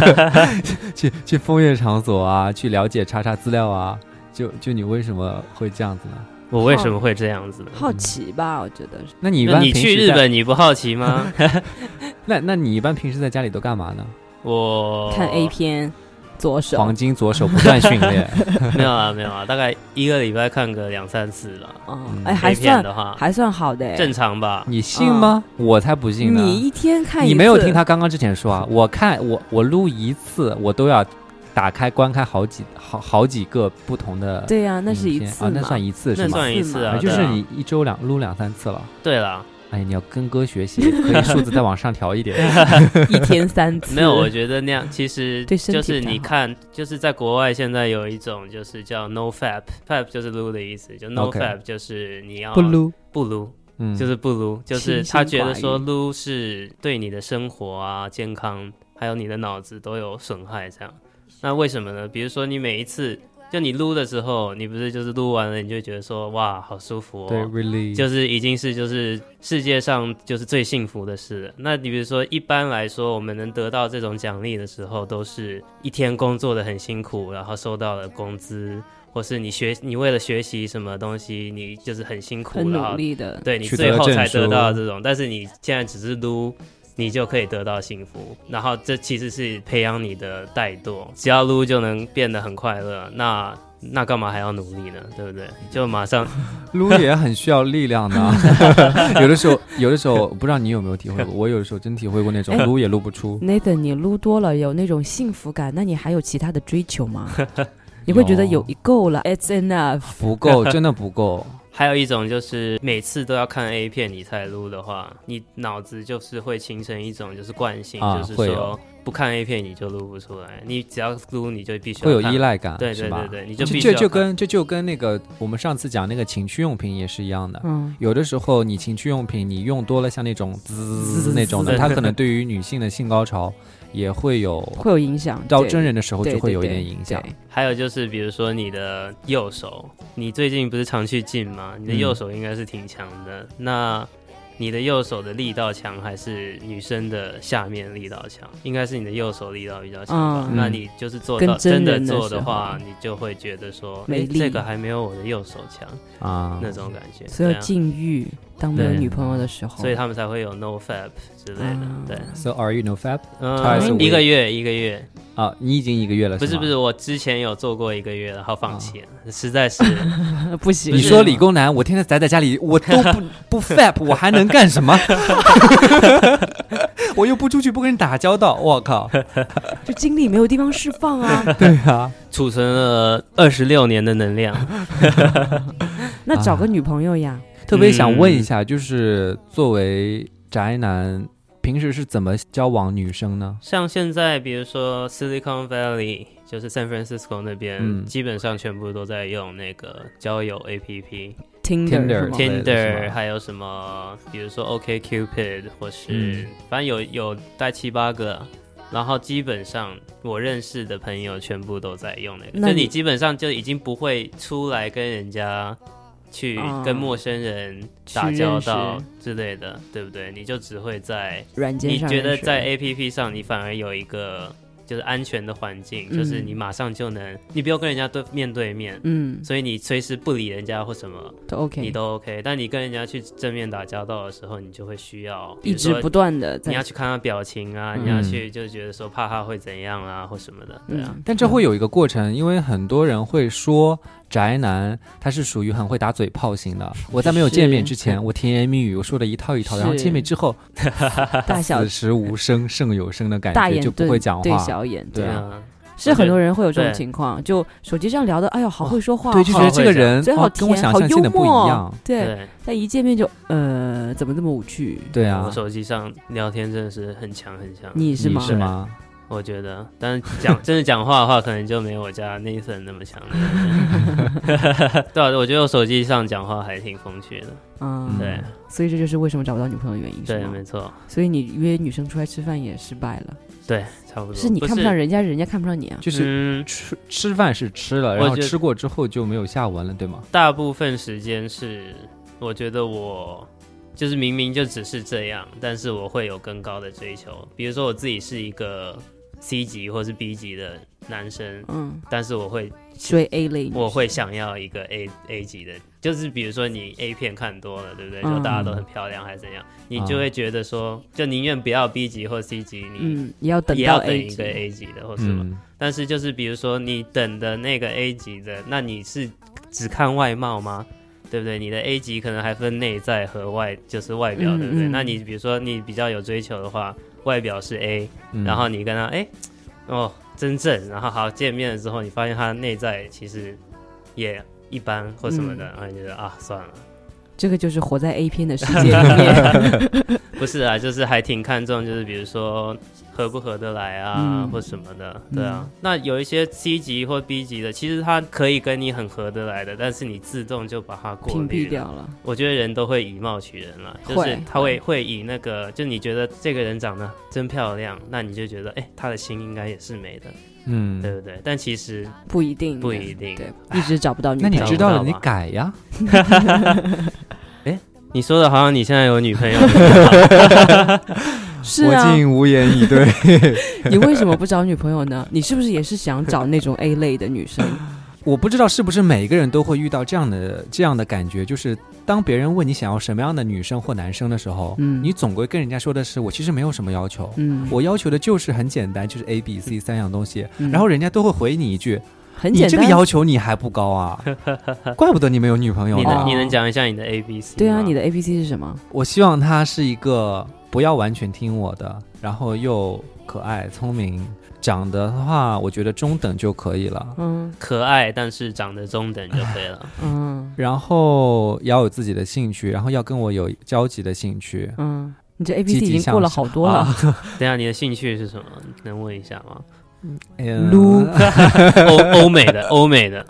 S2: 去去风月场所啊，去了解查查资料啊，就就你为什么会这样子呢？
S4: 我为什么会这样子呢？
S3: 好奇吧，我觉得是
S2: 那你一
S4: 那
S2: 般
S4: 你
S2: 平
S4: 去
S2: 时
S4: 日
S2: 在，
S4: 本，你不好奇吗？
S2: 那那你一般平时在家里都干嘛呢？
S4: 我
S3: 看 A 片，左手嗯
S2: 黄金左手不断训 练，
S4: 没有啊，没有啊，大概一个礼拜看个两三次了。
S3: 嗯
S2: 嗯，
S3: 哎，还
S4: A 片
S3: 算
S4: 的话，
S3: 还算好的哎。
S4: 正常吧？
S2: 你信吗？我才不信呢。
S3: 啊你一天看一次，
S2: 你没有听他刚刚之前说啊？我看我我录一次，我都要打开观看好几好好几个不同的
S3: 对呀、那是一
S2: 影片
S3: 次
S2: 啊，
S3: 嘛
S2: 那算一 次是
S4: 那
S2: 吗？
S4: 算一次
S2: 啊
S4: 啊，
S2: 就
S4: 对
S2: 是
S4: 啊
S2: 你一周两录两三次了。
S4: 对啦，
S2: 哎，你要跟哥学习，可以数字再往上调一点。
S3: 一天三次。
S4: 没有，我觉得那样其实
S3: 对身体
S4: 就是
S3: 比较
S4: 你
S3: 好
S4: 看，就是在国外现在有一种就是叫 no fap，fap 就是撸的意思，就 no
S2: OK
S4: fap 就是你要
S2: 不撸，
S4: 不撸，
S2: 嗯，
S4: 就是是不撸，就
S3: 清
S4: 是
S3: 心
S4: 他觉得
S3: 寡欲
S4: 说撸是对你的生活啊、健康还有你的脑子都有损害，这样。那为什么呢？比如说你每一次就你撸的时候，你不是就是撸完了，你就觉得说哇好舒服、哦，
S2: 对，really，
S4: 就是已经是就是世界上就是最幸福的事了。那你比如说，一般来说，我们能得到这种奖励的时候，都是一天工作的很辛苦，然后收到了工资，或是你学你为了学习什么东西，你就是很辛苦，
S3: 很
S4: 然
S3: 努
S4: 后
S3: 力的，
S4: 对你
S2: 取
S4: 最
S2: 得
S4: 后
S2: 证
S4: 才得
S2: 书
S4: 到这种，但是你现在只是撸。你就可以得到幸福，然后这其实是培养你的怠惰，只要撸就能变得很快乐，那那干嘛还要努力呢？对不对？就马上
S2: 撸也很需要力量 的。有的时候，有的时候不知道你有没有体会过，我有的时候真体会过那种
S3: 哎
S2: 撸也撸不出。
S3: Nathan，你撸多了有那种幸福感，那你还有其他的追求吗？你会觉得有够了，It's enough。
S2: 不 够，真的不够。
S4: 还有一种就是每次都要看 A 片你才撸的话，你脑子就是会形成一种就是惯性，
S2: 啊
S4: 就是
S2: 会
S4: 说
S2: 有
S4: 不看 A 片你就撸不出来，你只要撸你就必须要
S2: 会有
S4: 看
S2: 依。赖感，
S4: 对
S2: 是
S4: 对
S2: 吧
S4: 对对，你就必须
S2: 这
S4: 要
S2: 就
S4: 看
S2: 跟这就跟那个我们上次讲那个情趣用品也是一样的。
S3: 嗯，
S2: 有的时候你情趣用品你用多了，像那种滋那种的，
S4: 对
S2: 它 可能对于女性的性高潮也会有，
S3: 会有影响。
S2: 到
S3: 对
S2: 真人的时候
S3: 对
S2: 就
S3: 对
S2: 会有一
S3: 对
S2: 点影响。
S3: 对
S4: 还有就是比如说你的右手，你最近不是常去劲吗？你的
S2: 嗯
S4: 右手应该是挺强的，那你的右手的力道强还是女生的下面力道强？应该是你的右手力道比较强吧？
S3: 嗯
S4: 那你就是做
S3: 跟
S4: 到
S3: 真
S4: 真的
S3: 人的
S4: 做
S3: 时
S4: 的
S3: 候
S4: 话，你就会觉得说，
S3: 没
S4: 诶
S3: 力嗯
S4: 这个还没有我的右手强。
S2: 啊，
S4: 那种感觉，
S3: 所
S4: 对
S3: 有
S4: 啊
S3: 禁欲，当没有
S2: 对
S3: 女朋友的时候，
S4: 所以他们才会有 no fab 之类的
S3: 啊，
S4: 对，
S2: So are you no fab？Twice a
S4: 嗯，
S2: week
S4: 一个月一个月，
S2: 啊，你已经一个月了，
S4: 不是
S2: 吗
S4: 不是，。我之前有做过一个月，然后放弃了，
S3: 哦
S4: 实在是
S3: 不行。
S2: 你说理工男，我天天宅在家里，我都 不不 fap，我还能干什么？ 我又不出去，不跟人打交道，我靠！
S3: 就精力没有地方释放啊。
S2: 对啊，
S4: 储存了二十六年的能量，
S3: 那找个女朋友呀，
S2: 特别想问一
S4: 嗯
S2: 下，就是作为宅男，平时是怎么交往女生呢？
S4: 像现在比如说 Silicon Valley，就是 San Francisco 那边，
S2: 嗯
S4: 基本上全部都在用那个交友 APP。
S2: Tinder，
S3: 是吗
S2: 之类的是
S4: Tinder，
S2: 吗
S4: 还有什么，比如说 OK Cupid，或是、
S2: 嗯
S4: 反正有有带七八个，然后基本上我认识的朋友全部都在用那个，
S3: 那
S4: 就
S3: 你
S4: 你基本上就已经不会出来跟人家。去
S3: 啊
S4: 跟陌生人打
S3: 去
S4: 交
S3: 认识
S4: 道之类的，对不对？你就只会在
S3: 软件
S4: 你
S3: 上
S4: 觉得
S3: 认识
S4: 在 A P P 上，你反而有一个就是安全的环境，就是
S3: 嗯
S4: 你马上就能，你不用跟人家对面对面，
S3: 嗯
S4: 所以你随时不理人家或什么，
S3: 都 OK，
S4: 你都 OK。但你跟人家去正面打交道的时候，你就会需要，比
S3: 一
S4: 如
S3: 直
S4: 说
S3: 不断的在
S4: 你要去看他表情啊，
S2: 嗯
S4: 你要去就觉得说怕他会怎样啊或什么的，对啊，
S3: 嗯，
S2: 但这 会有一个过程，因为很多人会说宅男他是属于很会打嘴炮型的。我在没有见面之前，我甜言蜜语，我说的一套一套的，然后
S3: 是
S2: 见面之后，
S3: 大小
S2: 此时无声胜有声的感
S3: 大
S2: 觉，
S3: 眼
S2: 就不
S3: 对
S2: 会讲
S3: 对
S2: 话。
S3: 小眼，
S2: 对啊
S4: 啊，
S3: 是很多人会有这种
S4: 对
S3: 情况，就手机上聊的，哎呦，好会说话，
S2: 对，就觉
S3: 好
S2: 得这个人
S3: 嘴
S2: 哦
S3: 好
S2: 跟我
S3: 甜，
S2: 想
S3: 好
S2: 象
S3: 幽
S2: 中的不一样
S3: 默。，对，啊
S4: 对。啊
S3: 但一见面就呃，怎么这么无趣？
S2: 对
S4: 我
S2: 啊，
S4: 手机上聊天真的是很强很强，
S3: 你是
S2: 你
S3: 吗？
S2: 是吗？
S4: 我觉得，但是 讲真的讲话的话，可能就没有我家 Nathan 那么强了。 对啊，我觉得我手机上讲话还挺风趣的。
S3: 嗯，
S4: 对、
S3: 所以这就是为什么找不到女朋友的原因，是
S4: 对，
S3: 吗？
S4: 没错，
S3: 所以你约女生出来吃饭也失败了，
S4: 对，差不多。
S3: 是你看不
S4: 不
S3: 上人家，人家看不上你啊。
S2: 就是
S4: 嗯，
S2: 吃吃饭是吃了，
S4: 我
S2: 然后
S4: 觉得
S2: 吃过之后就没有下文了，对吗？
S4: 大部分时间是，我觉得我就是明明就只是这样，但是我会有更高的追求。比如说我自己是一个 C 级或是 B 级的男生，
S3: 嗯，
S4: 但是我会
S3: 追 A 类女生，
S4: 我会想要一个 A A 级的，就是比如说你 A 片看多了，对不对？就
S3: 嗯啊
S4: 大家都很漂亮还是怎样，你
S2: 嗯
S4: 就会觉得说，就宁愿不要 B 级或 C 级，你
S3: 嗯，也要等
S4: 也
S3: 到
S4: 要等
S3: A
S4: 一
S3: 级
S4: 个 A 级的或什么。
S2: 嗯，
S4: 但是就是比如说你等的那个 A 级的，那你是只看外貌吗？对不对？你的 A 级可能还分内在和外，就是外表，
S3: 嗯
S4: 对不对？
S3: 嗯
S4: 那你比如说你比较有追求的话，外表是 A，
S2: 嗯
S4: 然后你跟他哎、哦真正，然后好见面了之后，你发现他内在其实也一般或什
S3: 嗯
S4: 么的，然后你觉得啊算了，
S3: 这个就是活在 A 片的世界里面。
S4: 不是啊，就是还挺看重，就是比如说合不合得来啊，
S3: 嗯
S4: 或什么的，对啊。那有一些 C 级或 B 级的，其实他可以跟你很合得来的，但是你自动就把它过
S3: 屏
S4: 滤
S3: 蔽掉。了，
S4: 我觉得人都会以貌取人啦，就
S3: 会
S4: 是他会会以那个，就你觉得这个人长得真漂亮，那你就觉得哎、他的心应该也是美的，
S2: 嗯，
S4: 对不对？但其实
S3: 不一定，
S4: 不一定
S3: 对，一直找不到女
S2: 那
S3: 朋
S2: 你
S3: 友。
S2: 知道了，你改呀。
S4: 你说的好像你现在有 女朋友，
S3: 是啊
S2: 我，竟无言以对。
S3: 你为什么不找女朋友呢？你是不是也是想找那种 A 类的女 生？
S2: 我不知道是不是每个人都会遇到这样的这样的感觉，就是当别人问你想要什么样的女生或男生的时候，
S3: 嗯
S2: 你总归跟人家说的是我其实没有什么要求，
S3: 嗯，
S2: 我要求的就是很简单，就是 A、B、C 三样东西，
S3: 嗯
S2: 然后人家都会回你一句，
S3: 很
S2: 你
S3: 简
S2: 这个
S3: 单。
S2: 要求你还不高啊， 怪不得你没有女朋友啊
S4: 你
S2: 呢
S3: 的。
S4: 能
S3: 哦
S4: 你能讲一下你的 A B C？
S3: 对啊，你
S4: 的
S3: 的 A B C 是什么？
S2: 我希望他是一个不要完全听我的，然后又可爱、聪明，长得的话，我觉得中等就可以了。
S3: 嗯
S4: 可爱，但是长得中等就可以 了。
S3: 嗯
S2: 然后要有自己的兴趣，然后要跟我有交集的兴趣。
S3: 嗯，你这 A B
S2: 积
S3: C
S2: 极
S3: 已经过了好多了。
S2: 啊
S4: 等一下你的兴趣是什么？能问一下吗？
S2: 嗯
S3: 撸
S4: 欧 欧美的，欧美的。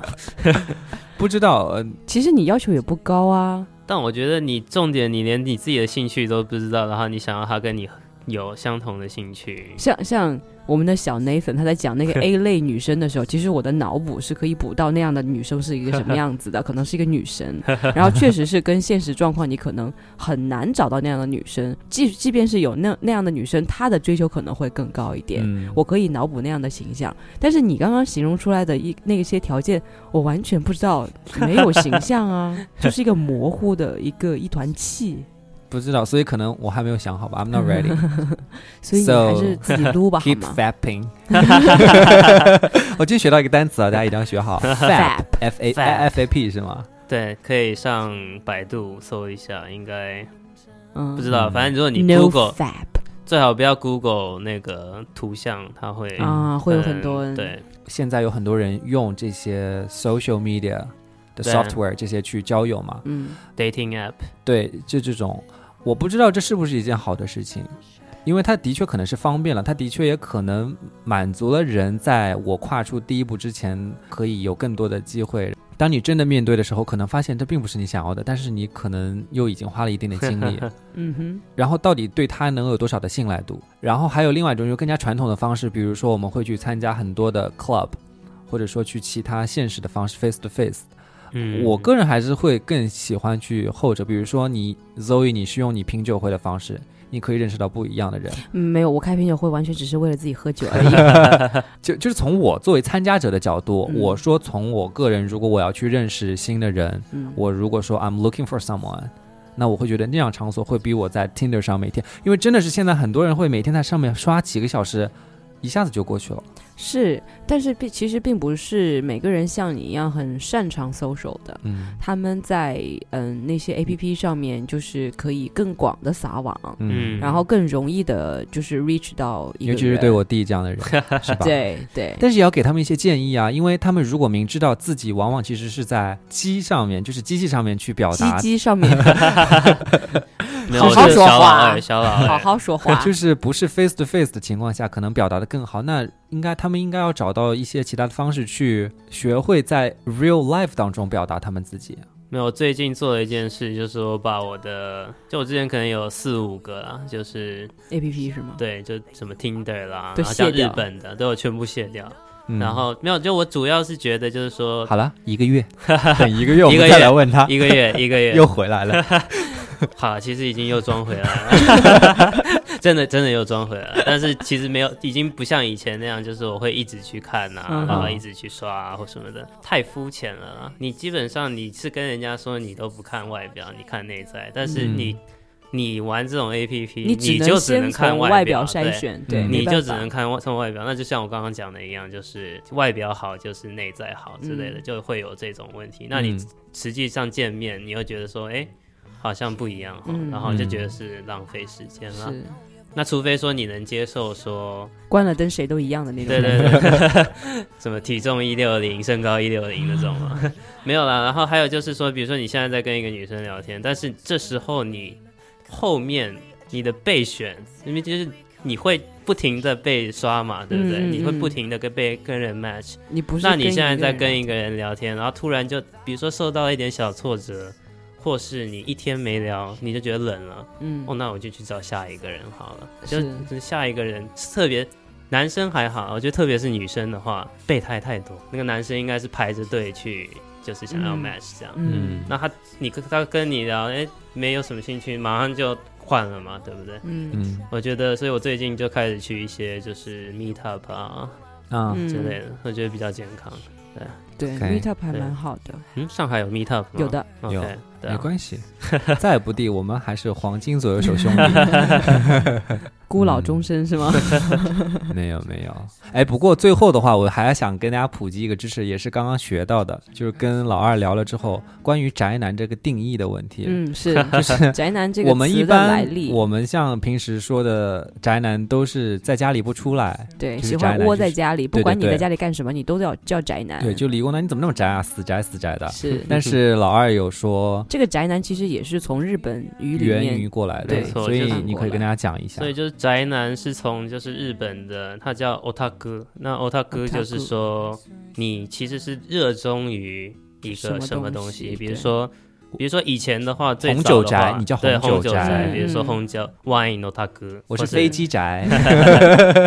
S2: 不知道，呃
S3: 其实你要求也不高啊，
S4: 但我觉得你重点，你连你自己的兴趣都不知道，然后你想要他跟你有相同的兴趣，
S3: 像像我们的 小 Nathan 他在讲那个 A 类女生的时候，其实我的脑补是可以补到那样的女生是一个什么样 子的，可能是一个女神。然后确实是跟现实状况，你可能很难找到那样的女生。即即便是有那那样的女生，她的追求可能会更高一点。
S2: 嗯，
S3: 我可以脑补那样的形象，但是你刚刚形容出来的一那些条件，我完全不知道，没有形象 啊，就是一个模糊的一个一团气，
S2: 不知道，所以可能我还没有想好吧，I'm not ready 。
S3: 所以你
S2: So-
S3: 还是自己撸 吧，好
S2: Keep
S3: 吗
S2: fapping。我今天学到一个单词啊，大家一定要学好。Fap
S3: ？Fap，
S2: F A
S4: Fap
S2: F A P 是吗？
S4: 对，可以上百度搜一下，应该
S3: 嗯，
S4: 不知道。
S2: 嗯
S4: 反正如果你
S3: No
S4: Google，、
S3: fap
S4: 最好不要 Google 那个图像，它会
S3: 啊，会有很多
S4: 嗯对
S2: 现在有很多人用这些 social media 的
S4: 对
S2: software 这些去交友嘛，
S3: 嗯，
S4: dating app，
S2: 对，就这种，我不知道这是不是一件好的事情，因为它的确可能是方便了，它的确也可能满足了人在我跨出第一步之前可以有更多的机会。当你真的面对的时候，可能发现这并不是你想要的，但是你可能又已经花了一定的精力，
S3: 嗯哼，
S2: 然后到底对它能有多少的信赖度？然后还有另外一种就更加传统的方式，比如说我们会去参加很多的 club，或者说去其他现实的方式 face to face。
S4: 嗯，
S2: 我个人还是会更喜欢去后者，比如说你 Zoe，你是用你品酒会的方式，你可以认识到不一样的人。
S3: 嗯没有，我开品酒会完全只是为了自己喝酒而已。
S2: 就就是从我作为参加者的角度，
S3: 嗯
S2: 我说从我个人，如果我要去认识新的人，
S3: 嗯，
S2: 我如果说 I'm looking for someone，那我会觉得那样场所会比我在 Tinder 上每天，因为真的是现在很多人会每天在上面刷几个小时，一下子就过去了。
S3: 是，但是并其实并不是每个人像你一样很擅长 social 的。
S2: 嗯
S3: 他们在嗯那些 A P P 上面，就是可以更广的撒网，
S4: 嗯，
S3: 然后更容易的，就是 reach 到一个
S2: 尤其是
S3: 人
S2: 对我弟这样的 人，是吧？。
S3: 对对，
S2: 但是也要给他们一些建议啊，因为他们如果明知道自己往往其实是在机上面，就是机器上面去表
S3: 鸡
S2: 达，，
S3: 鸡上 面
S4: 没有
S3: 好好
S4: 我是
S3: 说
S4: 小老
S3: 话啊
S4: 二，小老二，
S3: 好好说话
S2: 就是不是 face to face 的情况下，可能表达的更好。那应该他们应该要找到一些其他的方式去学会在 real life 当中表达他们自己。
S4: 没有，我最近做了一件事，就是我把我的，就我之前可能有四五个啦，就是
S3: ，A P P 是吗？
S4: 对，就什么 Tinder 啦，
S3: 都
S4: 然后像
S3: 卸
S4: 日
S3: 掉
S4: 本的都有全部卸掉。
S2: 嗯、
S4: 然后没有，就我主要是觉得就是说
S2: 好了，一个 月，等一个月我
S4: 一个
S2: 们
S4: 月
S2: 再来问他，
S4: 一个月一个 月
S2: 又回来了。
S4: 好，其实已经又装回来了， 真的真的又装回来了。但是其实没有，已经不像以前那样，就是我会一直去看呐、
S3: 嗯
S4: 然后一直去刷啊或什么的，太肤浅了啦。你基本上你是跟人家说你都不看外表，你看内在，但是
S2: 嗯
S4: 你、你玩这种 A P P，
S3: 你只
S4: 就只
S3: 先
S4: 能看
S3: 从外
S4: 表
S3: 筛
S4: 对
S3: 选，
S2: 对
S3: 对，
S2: 嗯
S3: 没
S4: 你
S3: 办
S4: 就只
S3: 法
S4: 能看外从外表，那就像我刚刚讲的一样，就是外表好就是内在好之类的，
S3: 嗯
S4: 就会有这种问 题。那你
S2: 嗯
S4: 实际上见面，你又觉得说，哎、好像不一样哦，
S3: 嗯
S4: 然后就觉得是浪费时间了。
S3: 是
S4: 那除非说你能接受说，
S3: 关了灯谁都一样的那种
S4: 对
S3: 感觉。
S4: 对对， 什么体重一六零，身高一六零那种嘛， 没有啦。然后还有就是说，比如说你现在在跟一个女生聊天，但是这时候你后面你的备选，因为就是你会不停的被刷嘛，对不对？
S3: 嗯嗯
S4: 你会不
S3: 嗯
S4: 停的跟被跟人 match。
S3: 你不是
S4: 那你
S3: 跟
S4: 现在
S3: 一个
S4: 在
S3: 人
S4: 跟一个人聊天，然后突然就比如说受到一点小挫折，或是你一天没聊，你就觉得冷了。
S3: 嗯
S4: 哦，那我就去找下一个人好了。就是就下一个人，特别男生还好，我觉得特别是女生的话，备胎太多。那个男生应该是排着队去，就是想要
S3: 嗯
S4: match 这样。
S3: 嗯
S4: 那他你跟他跟你聊，哎，没有什么兴趣，马上就换了嘛，对不对？
S3: 嗯
S2: 嗯
S4: 我觉得，所以我最近就开始去一些就是 meet up 啊
S2: 啊，
S3: 嗯
S4: 之类的，我觉得比较健康。
S3: 对
S2: OK
S3: ，meetup 还
S4: 对
S3: 蛮好的，
S4: 嗯，上海有 meet up 吗？
S3: 有的。
S4: OK，
S2: 有
S4: 对
S2: 没
S4: 啊。
S2: 关 系，再不地我们还是黄金左右手兄弟。
S3: 孤老
S2: 嗯
S3: 终身是吗？
S2: 没有没有，哎，不过最后的话，我还想跟大家普及一个知识，也是刚刚学到的，就是跟老二聊了之后，关于宅男这个定义的问题。
S3: 嗯，是， 就是宅男这个
S2: 我们一
S3: 词的来
S2: 般，
S3: 历，
S2: 我们像平时说的宅男都是在家里不出来，
S3: 对，
S2: 就是
S3: 喜
S2: 宅
S3: 欢
S2: 男
S3: 窝
S2: 就
S3: 在
S2: 是
S3: 家里，
S2: 对
S3: 不管
S2: 对
S3: 你
S2: 对
S3: 在家里干什么，你都叫叫宅男。
S2: 对，就理工男你怎么那么宅啊，死宅死宅的。
S3: 是
S2: 但是老二有说
S3: 这个宅男其实也是从日本语里
S2: 源
S3: 面
S2: 于过来
S3: 对
S2: 的，
S4: 没错
S2: 所
S4: 就
S2: 以
S4: 是
S2: 你可以跟大家讲一下
S4: 所。以就是宅男是从就是日本的，他叫 otaku，那 otaku
S3: otaku
S4: 就是说你其实是热衷于一个什
S3: 什
S4: 么
S3: 么
S4: 东
S3: 东
S4: 西，
S3: 西
S4: 比如说。比如说以前的话，最
S2: 红
S4: 早
S2: 酒
S4: 的
S2: 宅
S4: 话
S2: 你叫
S4: 对
S2: 红
S4: 红
S2: 酒
S4: 酒
S2: 宅
S4: 宅，
S3: 嗯
S4: 比如说
S3: 嗯
S4: 红酒 wine otaku，
S2: 我
S4: 或
S2: 是
S4: 者
S2: 飞，机 宅，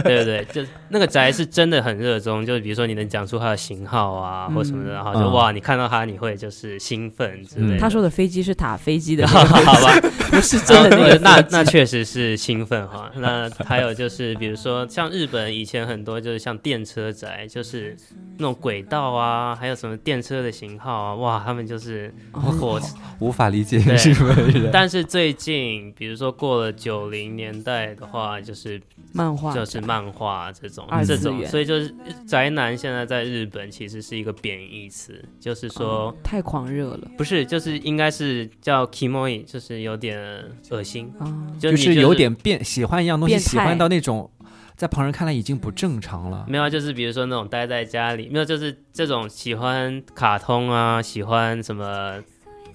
S4: 对对对，就那个宅是真的很热衷，就是比如说你能讲出它的型号啊，或什么的，
S3: 嗯
S4: 然后就
S2: 嗯
S4: 哇，你看到它你会就是兴奋之类的。，
S3: 他说的飞机是塔飞机的
S4: 好吧，
S3: 不是 真 的那
S4: 呃
S3: 个
S4: 那那
S3: 飞机
S4: 确实是兴奋哈。那还有就是，比如说像日本以前很多就是像电车宅，就是那种轨道啊，还有什么电车的型号啊，哇，他们就是
S3: 嗯哦
S4: 火。
S2: 无法理解
S4: 对
S2: 日本人。
S4: 但是最近，比如说过了九零年代的话，就是
S3: 漫画
S4: 就是漫画这种
S3: 二
S4: 这
S3: 次
S4: 种，
S3: 元
S4: 所以就是宅男现在在日本其实是一个贬义词，就是说。
S3: 嗯太狂热了
S4: 不是，就是应该是叫 kimoi，就是有点恶心，
S3: 啊，
S4: 就
S2: 就
S4: 你
S2: 是有点变喜欢一样东西，
S3: 变态
S2: 喜欢到那种在旁人看来已经不正常了。
S4: 没有，就是比如说那种待在家里，没有，就是这种喜欢卡通啊，喜欢什么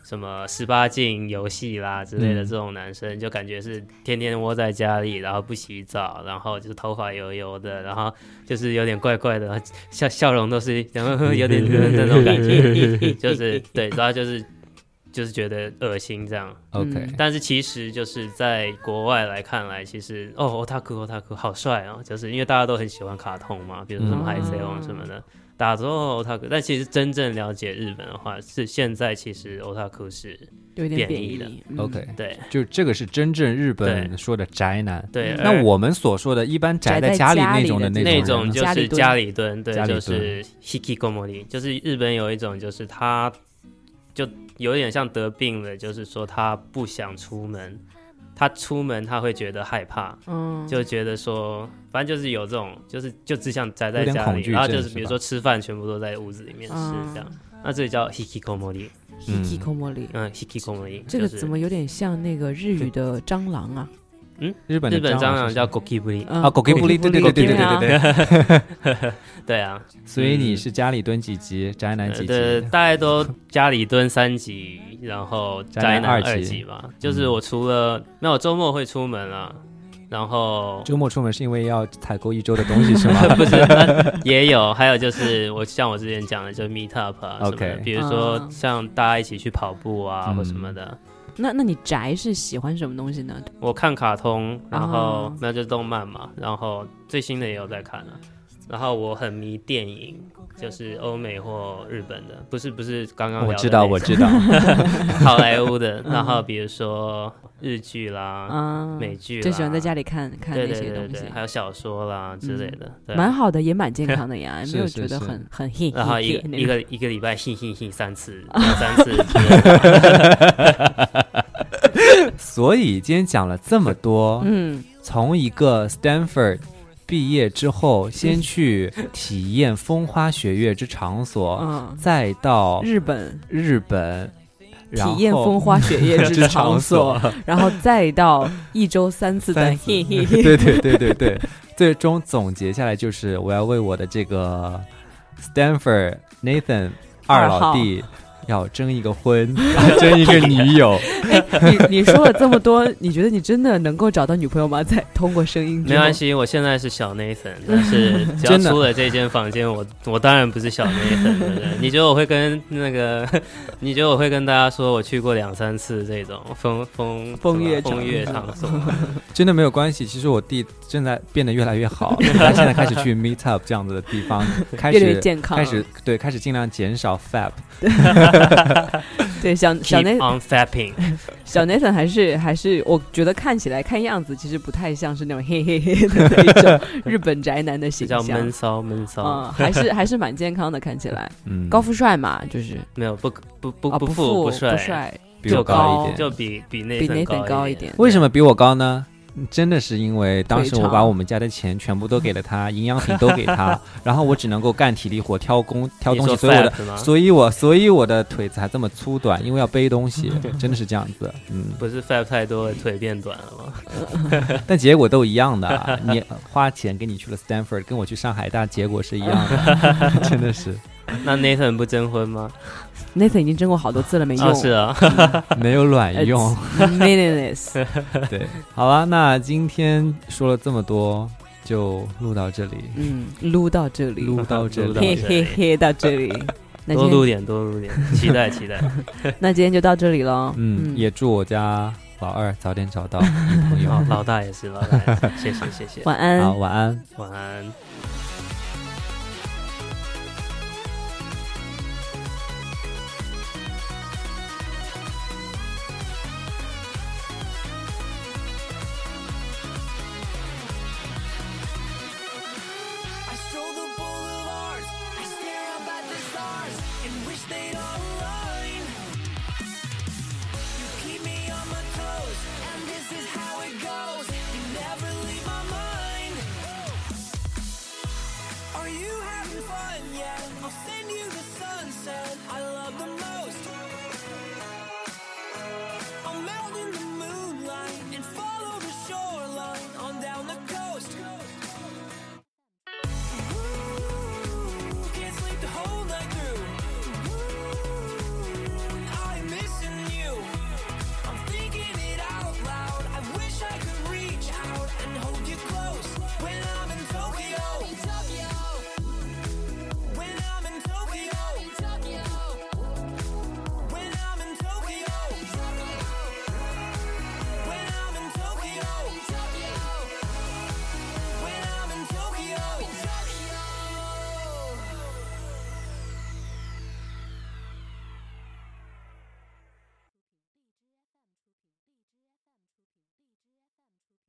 S4: 什么十八禁游戏啦之类的
S2: 嗯
S4: 这种男生，就感觉是天天窝在家里，然后不洗澡，然后就是头发油油的，然后就是有点怪怪的，然后笑笑容都是然后有点 那种感觉，就是对，然后就是就是觉得恶心这样。
S2: OK，
S3: 嗯
S4: 但是其实就是在国外来看来，其实哦，otaku otaku 好帅哦，就是因为大家都很喜欢卡通嘛，比如说什么
S3: 嗯
S4: 海贼王什么的，打着欧塔克，哦但其实真正了解日本的话，是现在其实欧塔克是
S3: 有点
S4: 贬
S3: 贬
S4: 义
S3: 义
S4: 的
S3: 嗯
S2: OK，
S4: 对
S2: 就这个是真正日本
S4: 对
S2: 说的宅男。
S4: 对。
S2: 那
S4: 而
S2: 我们所说的一般宅
S3: 宅在
S2: 家里
S3: 家
S2: 那
S3: 里
S2: 种的
S3: 的
S2: 那
S4: 那
S2: 种
S4: 种
S2: 人呢，
S4: 就是
S3: 家
S4: 家里蹲，对
S2: 家，里
S4: 就
S2: 蹲
S4: 是 hikikomori，就是日本有一种就是他就有点像得病了，就是说他不想出门，他出门他会觉得害怕，
S3: 嗯，
S4: 就觉得说反正就是有这种，就是就只想宅在
S2: 有点
S4: 家
S2: 恐
S4: 里，
S2: 惧
S4: 然后就
S2: 症
S4: 是
S2: 是
S4: 比如
S2: 吧
S4: 说吃饭全部都在屋子里面吃
S3: 啊嗯
S4: 这样，那这叫 hikikomori，
S2: 嗯
S3: hikikomori，
S4: 嗯，hikikomori，
S3: 这
S4: 就
S3: 个
S4: 是
S3: 怎么有点像那个日语的蟑螂啊？
S2: 日本
S4: 日
S2: 的
S4: 本蟑螂
S2: 是
S4: 叫
S2: 什么
S4: gokibri，
S3: 啊
S2: 啊，狗给不力，对对对对对对对。对。
S4: 对啊，
S2: 所以你是家里蹲几级，宅男几
S4: 呃对，
S2: 级？
S4: 大概都家里蹲三级，然后宅
S2: 宅男二
S4: 二
S2: 级嗯
S4: 级吧。就是我除了没有周末会出门啊，然后
S2: 周末出门是因为要采购一周的东西 是吗？
S4: 不是那也有，还有就是我像我之前讲的，就是 meet up 啊什么的
S2: OK
S4: 比如说
S3: 嗯
S4: 像大家一起去跑步啊
S2: 嗯
S4: 或什么的。
S3: 那那你宅是喜欢什么东西呢？
S4: 我看卡通，然后
S3: 哦
S4: 那就是动漫嘛，然后最新的也有在看了、然后我很迷电影，就是欧美或日本的，不是不是刚刚
S2: 我
S4: 聊的
S2: 知道，
S4: 那
S2: 我
S4: 种
S2: 知道。嗯
S4: 好莱坞的， 然后比如说日剧啦、
S3: 啊，
S4: 美剧啦，
S3: 就喜欢在家里看看
S4: 对
S3: 那
S4: 对
S3: 些
S4: 对
S3: 东
S4: 对，
S3: 西，
S4: 还有小说啦之类的，对
S3: 蛮
S4: 啊。
S3: 好的，也蛮健康的呀，
S2: 是
S3: 没有
S2: 是
S3: 觉得
S2: 是
S3: 很很 hit。
S4: 然后一个
S3: hit 那
S4: 一
S3: 种
S4: 个一个礼拜信信信三次，两三次之类的，
S2: 所以今天讲了这么多，
S3: 嗯，
S2: 从一个 Stanford 毕业之后，先去体验风花雪月之场所，
S3: 嗯，
S2: 再到
S3: 日本
S2: 日本，然后
S3: 体验风花雪月 之场所，， 然后再到一周三次的
S2: 三
S3: 嘿 嘿嘿，
S2: 对对对对对，最终总结下来就是，我要为我的这个 Stanford Nathan 二
S3: 二号
S2: 老弟要征一个婚， 征一个女友。
S3: 你你说了这么多，你觉得你真的能够找到女朋友吗？在通过声音，
S4: 没关。系。我现在是小 Nathan，但是只要
S2: 真的
S4: 出了这间房间，我我当然不是小 Nathan，对不对？你觉得我会跟那个？ 你觉得我会跟大家说我去过两三次这种风风
S2: 风
S4: 什么
S2: 月
S4: 风
S2: 场
S4: 月
S2: 所
S4: 场所？
S2: 真的没有关系。其实我弟正在变得越来越好，他现在开始去 Meet Up 这样子的地方，开
S3: 越来越
S2: 始
S3: 健康，
S2: 开始对开始尽量减少 Fab。
S3: 对小小
S4: Keep
S3: 内
S4: on fapping，
S3: 小 Nathan 还是还是，我觉得看起来看样子其实不太像是那种 嘿嘿嘿的那一种日本宅男的
S4: 这
S3: 形
S4: 叫闷
S3: 象，
S4: 骚闷骚。
S3: 嗯，还是还是蛮健康的，看起来
S2: 嗯，
S3: 高富帅嘛，就是
S4: 没有不不哦不
S3: 啊
S4: 富
S3: 富
S4: 帅，
S3: 帅，
S2: 比我
S4: 就
S2: 高一
S4: 就
S2: 点。
S4: 比比那
S3: 比 Nathan 高
S4: 一
S3: 一。点，
S2: 为什么比我高呢？真的是因为当时
S3: 腿
S2: 我
S3: 长
S2: 把我们家的钱全部都给了他， 营养品都给他，然后我只能够干体力活，挑工挑
S4: 你
S2: 东西，
S4: 说
S2: 所以
S4: 啊
S2: 我的
S4: fat 吗？
S2: 所以我所以我的腿才这么粗短，因为要背东西，
S4: 嗯
S2: 真的是这样子。嗯，
S4: 不是 fat 太多了，腿变短了吗？
S2: 但结果都一样的 啊，你花钱跟你去了 Stanford，跟我去上海大，结果是一样 的，真的是
S4: 那 Nathan 不征婚吗？
S3: Nathan 已经征过好多次了，没
S4: 啊，
S3: 用
S4: 是啊，
S2: 没有卵用。
S4: 哎
S3: ，meaningless，
S2: 对， 好了，那今天说了这么多，就录到这里，
S3: 嗯，撸到这里，
S2: 录到这里
S4: 录到。
S3: 嘿
S4: 这
S3: 嘿
S4: 里
S3: 嘿，到这里，那
S4: 多
S3: 今
S4: 录
S3: 天
S4: 点，多录点，期待期 待。
S3: 那今天就到这里喽，
S2: 嗯，也祝我家老二早点找到女朋友。
S4: 哦好，老大也是，老大也是，谢谢谢谢，
S3: 晚安
S2: 好，。晚安。
S4: 晚安。